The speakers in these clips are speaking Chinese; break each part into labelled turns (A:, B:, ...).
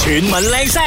A: 全民靚聲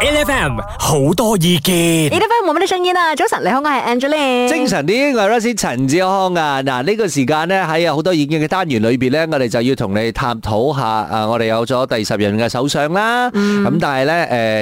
A: ，LFM 好多意見
B: 你。得翻冇乜啲聲音啊！早晨，你好，我係 Angeline。
C: 精神啲，我係 Rosie 陳志康啊！嗱，呢個時間呢，喺啊好多意見嘅單元裏邊呢，我哋就要同你探討下啊！我哋有咗第十任嘅首相啦，咁、但係呢，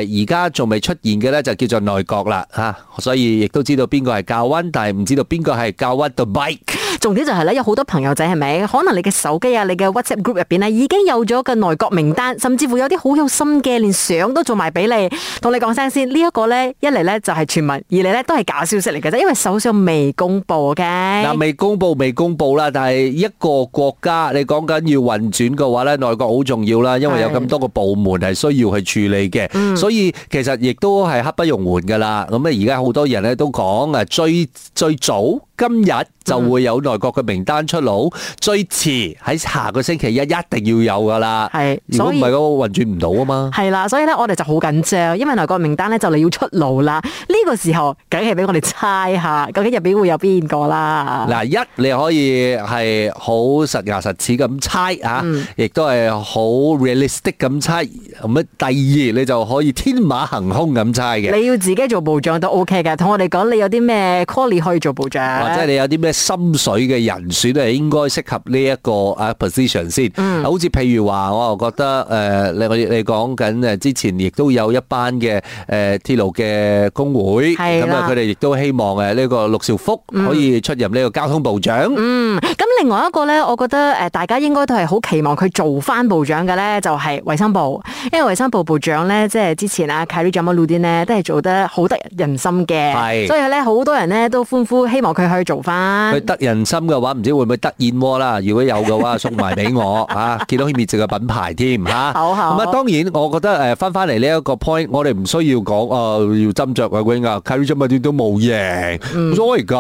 C: 誒而家仲未出現嘅呢，就叫做內閣啦嚇、啊所以亦都知道邊個係教温，但係唔知道邊個係教温 the bike。
B: 重點就係咧，有好多朋友仔係咪？可能你嘅手機啊，你嘅 WhatsApp group 入邊咧已經有咗個內閣名單，甚至乎有啲好有心嘅，連相都做埋俾你。同你講聲先，呢一個咧一嚟咧就係傳聞，二嚟咧都係假消息嚟嘅啫，因為首相未公布嘅。
C: 嗱，未公布未公布啦，但係一個國家你講緊要運轉嘅話咧，內閣好重要啦，因為有
B: 係嗯
C: 咁多個部門係需要去處理嘅，所以其實亦都係刻不容緩噶啦。咁啊，而家好多人咧都講啊，最最早。今日就會有內閣嘅名單出爐，最遲喺下個星期一一定要有噶啦。
B: 係
C: 如果唔
B: 所以
C: 係嘅話，運轉唔到啊嘛。
B: 係啦，所以咧我哋就好緊張，因為內閣名單咧就嚟要出爐啦。呢、個時候梗係俾我哋猜下，究竟入邊會有邊個啦？
C: 嗱，一你可以係好實牙實齒咁猜啊，亦都係好 realistic 咁猜。咁啊，第二你就可以天馬行空咁猜嘅，
B: 你要自己做部長都 OK 嘅，同我哋講你有啲咩 quality 可以做部長，
C: 或者你有啲咩心水嘅人選係應該適合呢一個啊 position 先。好似譬如話，我又覺得誒、呃你我你講緊誒之前亦都有一班嘅誒、呃鐵路嘅工會，
B: 係
C: 咁
B: 啦
C: 啊佢哋亦都希望誒呢個陸兆福可以出任呢個交通部長。
B: 嗯，咁另外一個咧，我覺得誒大家應該都係好期望佢做翻部長嘅咧，就係、衛生部，因為衛生部部長咧，即係之前啊 k a r i j a m a l u d i n 咧，都係做得好得人心 嘅，
C: 係
B: 所以咧好多人咧都歡呼，希望佢可以做翻
C: 佢。得人心嘅話，唔知會唔會得燕窩啦？如果有嘅話，送埋俾我 啊！見到佢滅絕嘅品牌添嚇。
B: 好好
C: 咁啊，當然我覺得誒翻翻嚟呢一個 point，我哋唔需要講啊，要斟酌啊，永啊 c a r r y 都冇贏，冇所謂㗎，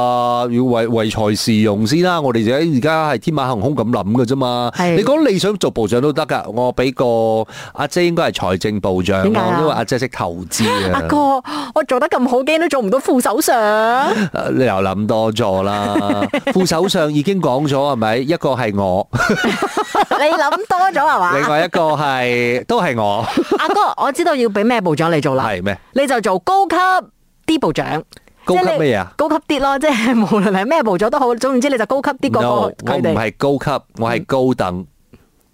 C: 要為為財是用先啦。我哋而家而家係天馬行空咁諗嘅啫嘛。
B: 係
C: 你講你想做部長都得㗎，我俾個阿姐應該係財政部長
B: 點解
C: 咯
B: 啊，
C: 因為阿姐識投資
B: 阿
C: 啊。
B: 哥，我做得咁好，竟然都做唔到副首 相。
C: 誒 你又諗多 咗啦，副首相已經講咗係咪？一個係我，
B: 你諗多咗係
C: 另
B: 嘛？
C: 外一個係都係我，
B: 阿哥，我知道要俾咩部長你做啦，
C: 係咩？
B: 你就做高級啲部長。
C: 高級
B: 即係你
C: 咩啊？
B: 高級啲咯， 即係無論係咩部長都好，總言之你就高級啲
C: No，我
B: 過佢
C: 唔
B: 哋。
C: 係高級，我係高等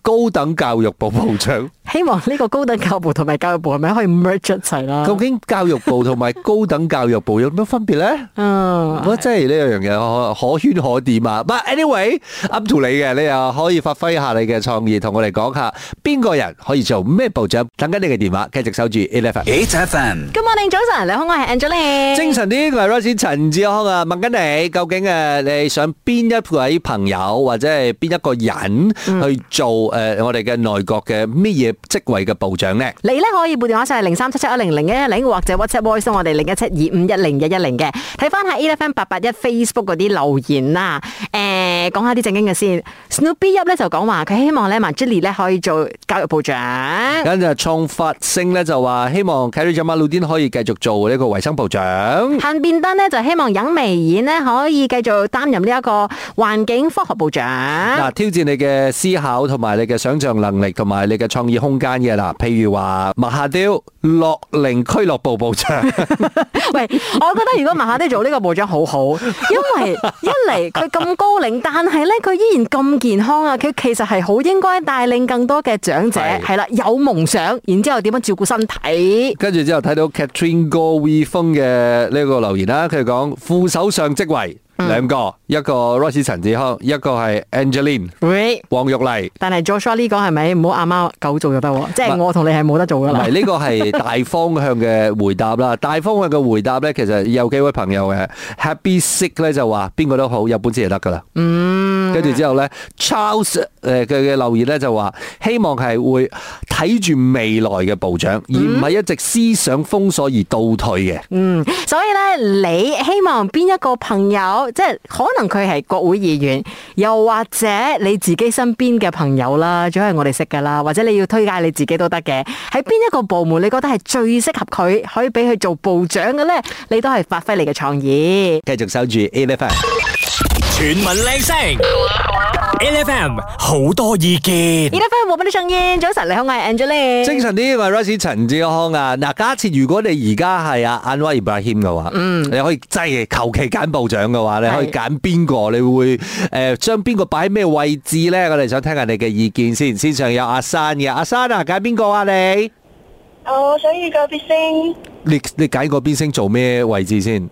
C: 高等教育部部長。
B: 希望呢個高等教育部同埋教育部係咪可以 merge 一齊啦？
C: 究竟教育部同埋高等教育部有乜分別咧？
B: 嗯，
C: 我真係呢樣嘢可可圈可點啊！But anyway，up to 你嘅，你又可以發揮下你嘅創意，同我哋講下邊個人可以做咩部長。等緊你嘅電話，繼續守住 eleven。
A: 8FM
B: 今晚 g 早晨，你好，我係 Angeline。
C: 精神啲，我係 Rosie 陳志康啊，問緊你究竟誒你想邊一位朋友或者係邊一個人去做誒、呃我哋嘅內閣嘅乜嘢職位嘅部長呢？
B: 你咧可以撥電話上嚟零三七七一零零一一零，或者 WhatsApp voice 我哋零一七二五一零一一零嘅。睇翻喺 E F M 八八一 Facebook 嗰啲留言啦。誒、講下啲正經嘅先。Snoopy Up 咧就講話佢希望咧 m a j i l y 咧可以做教育部長。
C: 跟住創發星咧就話希望 k a r i j a m a l u d i n 可以繼續做呢個衞生部長。
B: 限變丹咧就希望尹微演咧可以繼續擔任呢一個環境科學部長。
C: 嗱，挑戰你嘅思考同埋你嘅想像能力同埋你嘅創意空間嘅嗱，譬如話麥夏雕樂齡俱樂部部長，
B: 喂，我覺得如果麻下啲做呢個部長好好，因 為一嚟佢咁高齡，但係咧佢依然咁健康啊！佢其實係好應該帶領更多嘅長者
C: 係
B: 係啦，有夢想，然之後點樣照顧身體。
C: 跟住之後睇到 Catherine 哥 We 峰嘅呢個留言啦，佢講副首相職位
B: 嗯
C: 兩個，一個 Rosie 陳志康，一個係 Angeline
B: 喂，
C: 黃玉麗。
B: 但係 Joshua 呢個係咪唔好阿貓狗做就得喎？即
C: 唔
B: 係
C: 係
B: 我同你係冇得做噶
C: 唔
B: 啦
C: 係。呢個係大方向嘅回答 啦，大方向嘅回答咧，其實有幾位朋友嘅 Happy Sick 咧就話邊個都好，有本事就得噶啦。嗯，跟住之後咧，Charles 呃誒佢嘅留言咧就話希望係會睇住未來嘅部長，而唔係一直思想封鎖而倒退嘅。
B: 嗯，所以咧，你希望邊一個朋友，即係可能佢係國會議員，又或者你自己身邊嘅朋友啦，總係我哋識噶啦，或者你要推介你自己都得嘅。喺邊一個部門你覺得係最適合佢，可以俾佢做部長嘅咧？你都係發揮你嘅創意。
C: 繼續守住 A F M。
A: 全民靚聲 L F M 好多意见
B: 而。家翻冇乜啲聲音，早晨你好，我係 Angeline。
C: 精神啲，我係 Rice 陳志康啊！嗱，假設如果你而家係阿 Anwar Ibrahim 嘅話，嗯，你可以真係求其揀部長嘅話，你
B: 係
C: 可以揀邊個？你會誒將邊個擺喺咩位置咧？我哋想聽下你嘅意見先。線上有阿山嘅，阿山啊，揀邊個啊？你
D: Ờ,
E: 我想預告必星，
C: 你你揀個邊星做咩位置先？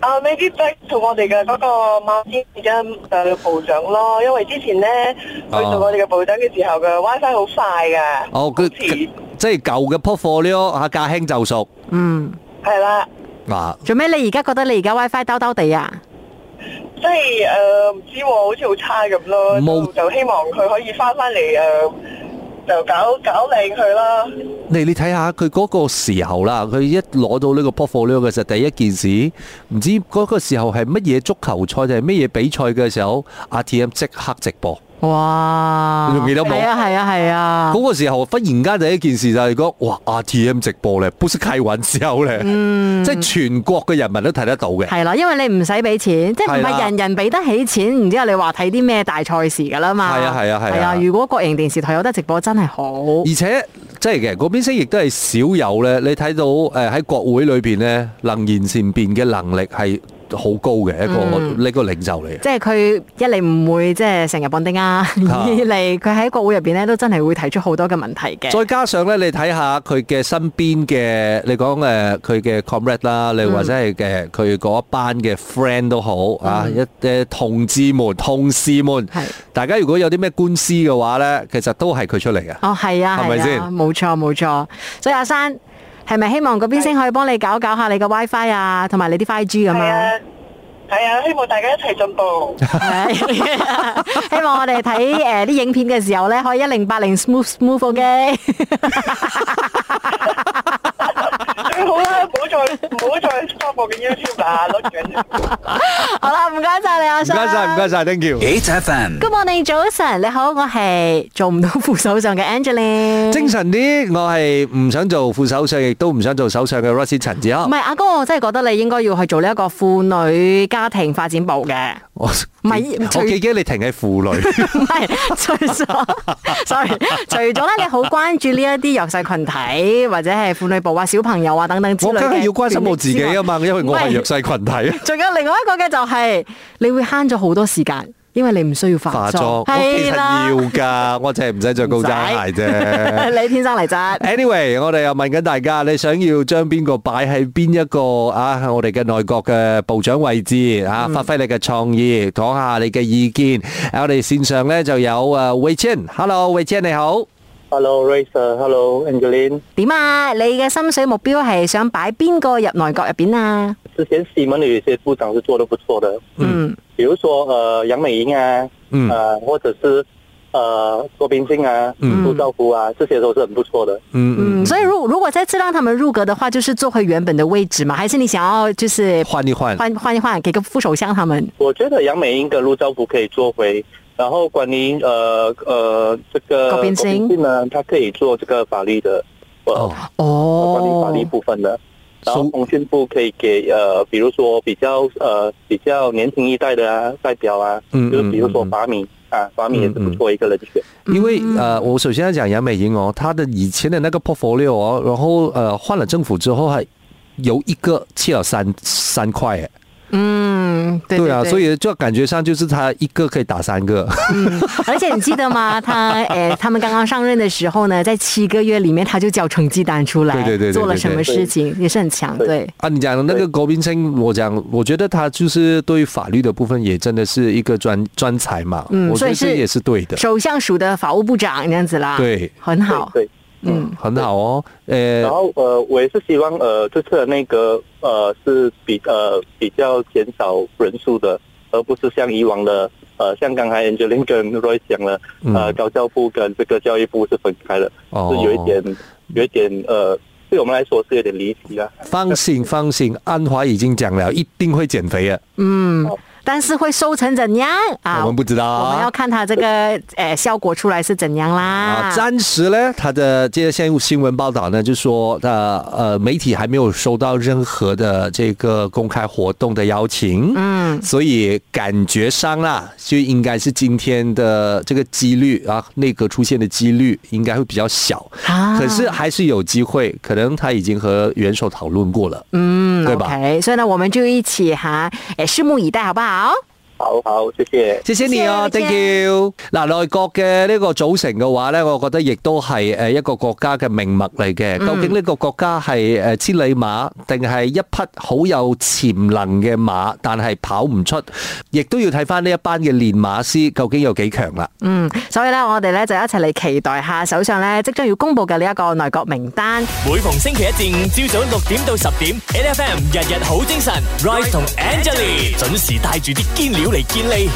D: ờ,
E: 啊 maybe back 同我哋嘅嗰個馬天而家
D: ờ,
E: 嘅部長咯，因為之前咧
C: 哦
E: 佢做我哋嘅部長嘅時候
D: ờ,
E: 嘅 WiFi 好快
D: à.
E: 噶，
C: 哦，佢佢即係舊嘅 portfolio 嚇駕輕就熟
B: 嗯，
E: 係啦，
C: 啊！
B: 做咩你而家覺得你而家 WiFi 兜兜地啊？
E: 即係
D: ờ,
E: 誒唔知喎，好似好差咁咯，
C: 冇
E: 就就希望佢可以翻翻嚟
D: ờ,
E: 誒，就搞搞靚佢啦。
C: 你你睇下佢嗰個時候啦，佢一攞到呢個 portfolio 嘅時候，第一件事唔知嗰個時候係乜嘢足球賽定係乜嘢比賽嘅時候，阿 T M 即刻直播。
B: 哇！
C: 你仲記得冇
B: 係啊係啊係啊
C: 嗰、！個時候忽然間第一件事就係講，哇！阿 T M 直播咧，不識契玩之後咧，即係全國嘅人民都睇得到嘅。
B: 嗯係啦，因為你唔使俾錢，即係唔
C: 係啦
B: 係人人俾得起錢，然之後你話睇啲咩大賽事㗎啦嘛。
C: 係啊係啊係啊
B: 係啊！如果國營電視台有得直播，真係好。
C: 而且即係嘅，嗰邊星亦都係少有咧。你睇到誒喺國會裏邊咧，能言善辯嘅能力係好高嘅一個
B: 嗯
C: 呢個領袖嚟嘅。
B: 即係佢一嚟唔會即係成日綁丁啊，二嚟佢喺國會入邊咧都真係會提出好多嘅問題嘅。
C: 再加上咧，你睇下佢嘅身邊嘅，你講誒佢嘅 comrade 啦，你或者
B: 嗯
C: 係嘅佢嗰一班嘅 friend 都好啊，一誒同志們、同事們
B: 嗯係，
C: 大家如果有啲咩官司嘅話咧，其實都係佢出嚟嘅。
B: 哦，係啊，
C: 係咪
B: 係
C: 先
B: 啊，冇錯冇錯。所以阿生係咪希望嗰邊先可以幫你搞搞下你嘅 WiFi 啊，同埋你啲 5G 咁
E: 係
B: 啊？
D: ờ,
E: 啊，係啊，希望大家一齊進步。
B: 係 希望我哋睇誒啲影片嘅時候咧，可以一零八零 smooth smooth 嘅、
E: 最好啦，唔好再唔好再 stop 我嘅 YouTube 啦，碌緊。
B: 好啦，唔該晒你嗯阿
C: 唔
B: 生。
C: 該晒，唔該。晒，thank you。
A: H F M
B: Good morning，早晨，你好，我係做唔到副手上嘅 Angeline。
C: 精神啲，我係唔想做副首相，亦都唔想做首相嘅 Rusty 陳啊志
B: 唔
C: 康。
B: 係阿哥，我真係覺得你應該要去做呢一個婦女家庭發展部嘅，
C: 我
B: 唔係
C: 我記驚你停喺婦女。
B: 唔係除咗 ，sorry，除咗咧，你好關注呢一啲弱勢群體或者係婦女部啊、小朋友啊等 等之
C: 我
B: 類
C: 梗
B: 嘅
C: 係要關心我自己啊嘛，因為我
B: 唔係
C: 係弱勢群體。啊
B: 仲有另外一個嘅就係、你會慳咗好多時間，因為你唔需要化
C: 化妝，
B: 妝，
C: 我其
B: 係啦，
C: 實要㗎，我淨係唔使着高踭鞋啫。
B: 你天生嚟咋？
C: Anyway，我哋又問緊大家，你想要將邊個擺喺邊一個啊？我哋嘅內閣嘅部長位置啊，發揮你嘅創意，講下你嘅意見。啊我哋線上咧就有啊魏千，Hello，魏千你好。
D: Hello，Racer，Hello，Angeline。
B: 點啊？你嘅心水目標係想擺邊個入內閣入邊啊？
D: 之前西门的有一些部长是做的不错的，
B: 嗯，
D: 比如说呃杨美莹啊，
C: 嗯
D: 呃或者是呃郭冰静啊，
C: 嗯
D: 陆兆福啊，这些都是很不错的。
C: 嗯
B: 嗯，
C: 嗯，
B: 所以如如果再次讓他們入閣的話，就是坐回原本的位置嘛？還是你想要就是
C: 換一換。
B: 換換一換，給個副首相他們？
D: 我觉得杨美莹跟陆兆福可以做回，然后关于呃呃这个
B: 郭冰静
D: 呢，他可以做这个法律的，
C: 哦
D: 呃，管理法
B: 哦
D: 律，部分的。然后
C: 收
D: 通讯部可以给呃，比如说比较呃比较年轻一代的啊代表啊，
C: 嗯
D: 就是比如说
C: 嗯嗯嗯
D: 法米啊，法米也是不错一个人选。
C: 因为呃，我首先要讲杨美莹哦，她的以前的那个 portfolio 哦，然后呃换了政府之后，还由一个切了三三块哎，
B: 嗯，對
C: 对啊，所以就感觉上就是她一个可以打三个。
B: 嗯而且你记得吗？他诶、他们刚刚上任的时候呢，在七个月里面他就交成绩单出来，
C: 对对对对
B: 做了什么事情也是很强，
D: 对
B: 对。
C: 啊，你讲的那个郭冰清，我讲，我觉得他就是对于法律的部分也真的是一个专专才嘛，
B: 嗯
C: 我觉得
B: 所以
C: 这
B: 是
C: 也是对的，
B: 首相署的法务部长这样子啦，
C: 对
B: 很好，
D: 对，
B: 嗯，
C: 很好哦。呃
D: 然，后呃，我也是希望呃这次的那个呃是比呃比较减少人数的，而不是像以往的呃像刚才 Angeline 跟 Roy 讲了，呃
C: 嗯
D: 高教部跟这个教育部是分开的，
C: 哦
D: 是有一点有一点呃对我们来说是有点离奇啦。
C: 放心放心，安华已经讲了，一定会减肥的。
B: 嗯。但是会收成怎样啊？
C: 我们不知道
B: 我们要看它这个 呃效果出来是怎样啦。
C: 啊，暂时呢，他的这些新闻报道呢，就说他呃媒体还没有收到任何的这个公开活动的邀请，嗯，所以感觉上啦，就应该是今天的这个几率啊，内阁出现的几率应该会比较小，
B: 啊
C: 可是还是有机会，可能他已经和元首讨论过了，嗯，对吧
B: o k 所以呢，我们就一起哈，诶，拭目以待，好不好？
D: 好好，谢谢。
C: 謝謝你啊
B: 謝謝
C: ，thank you。嗱，內閣嘅呢個組成嘅話咧，我覺得亦都係誒一個國家嘅命脈嚟嘅。
D: 嗯
C: 究竟呢個國家呃係誒千里馬，定係一匹好有潛能嘅馬，但係跑唔出，亦都要睇翻呢一班嘅練馬師究竟有幾強啦。
B: 嗯，所以咧，我哋咧就一齊嚟期待下首相咧即將要公布嘅呢一個內閣名單。
A: 每逢星期一至五朝早六點到十點，N F M 日日好精神，Rise 同 Angelie 準時帶住啲堅料嚟健利。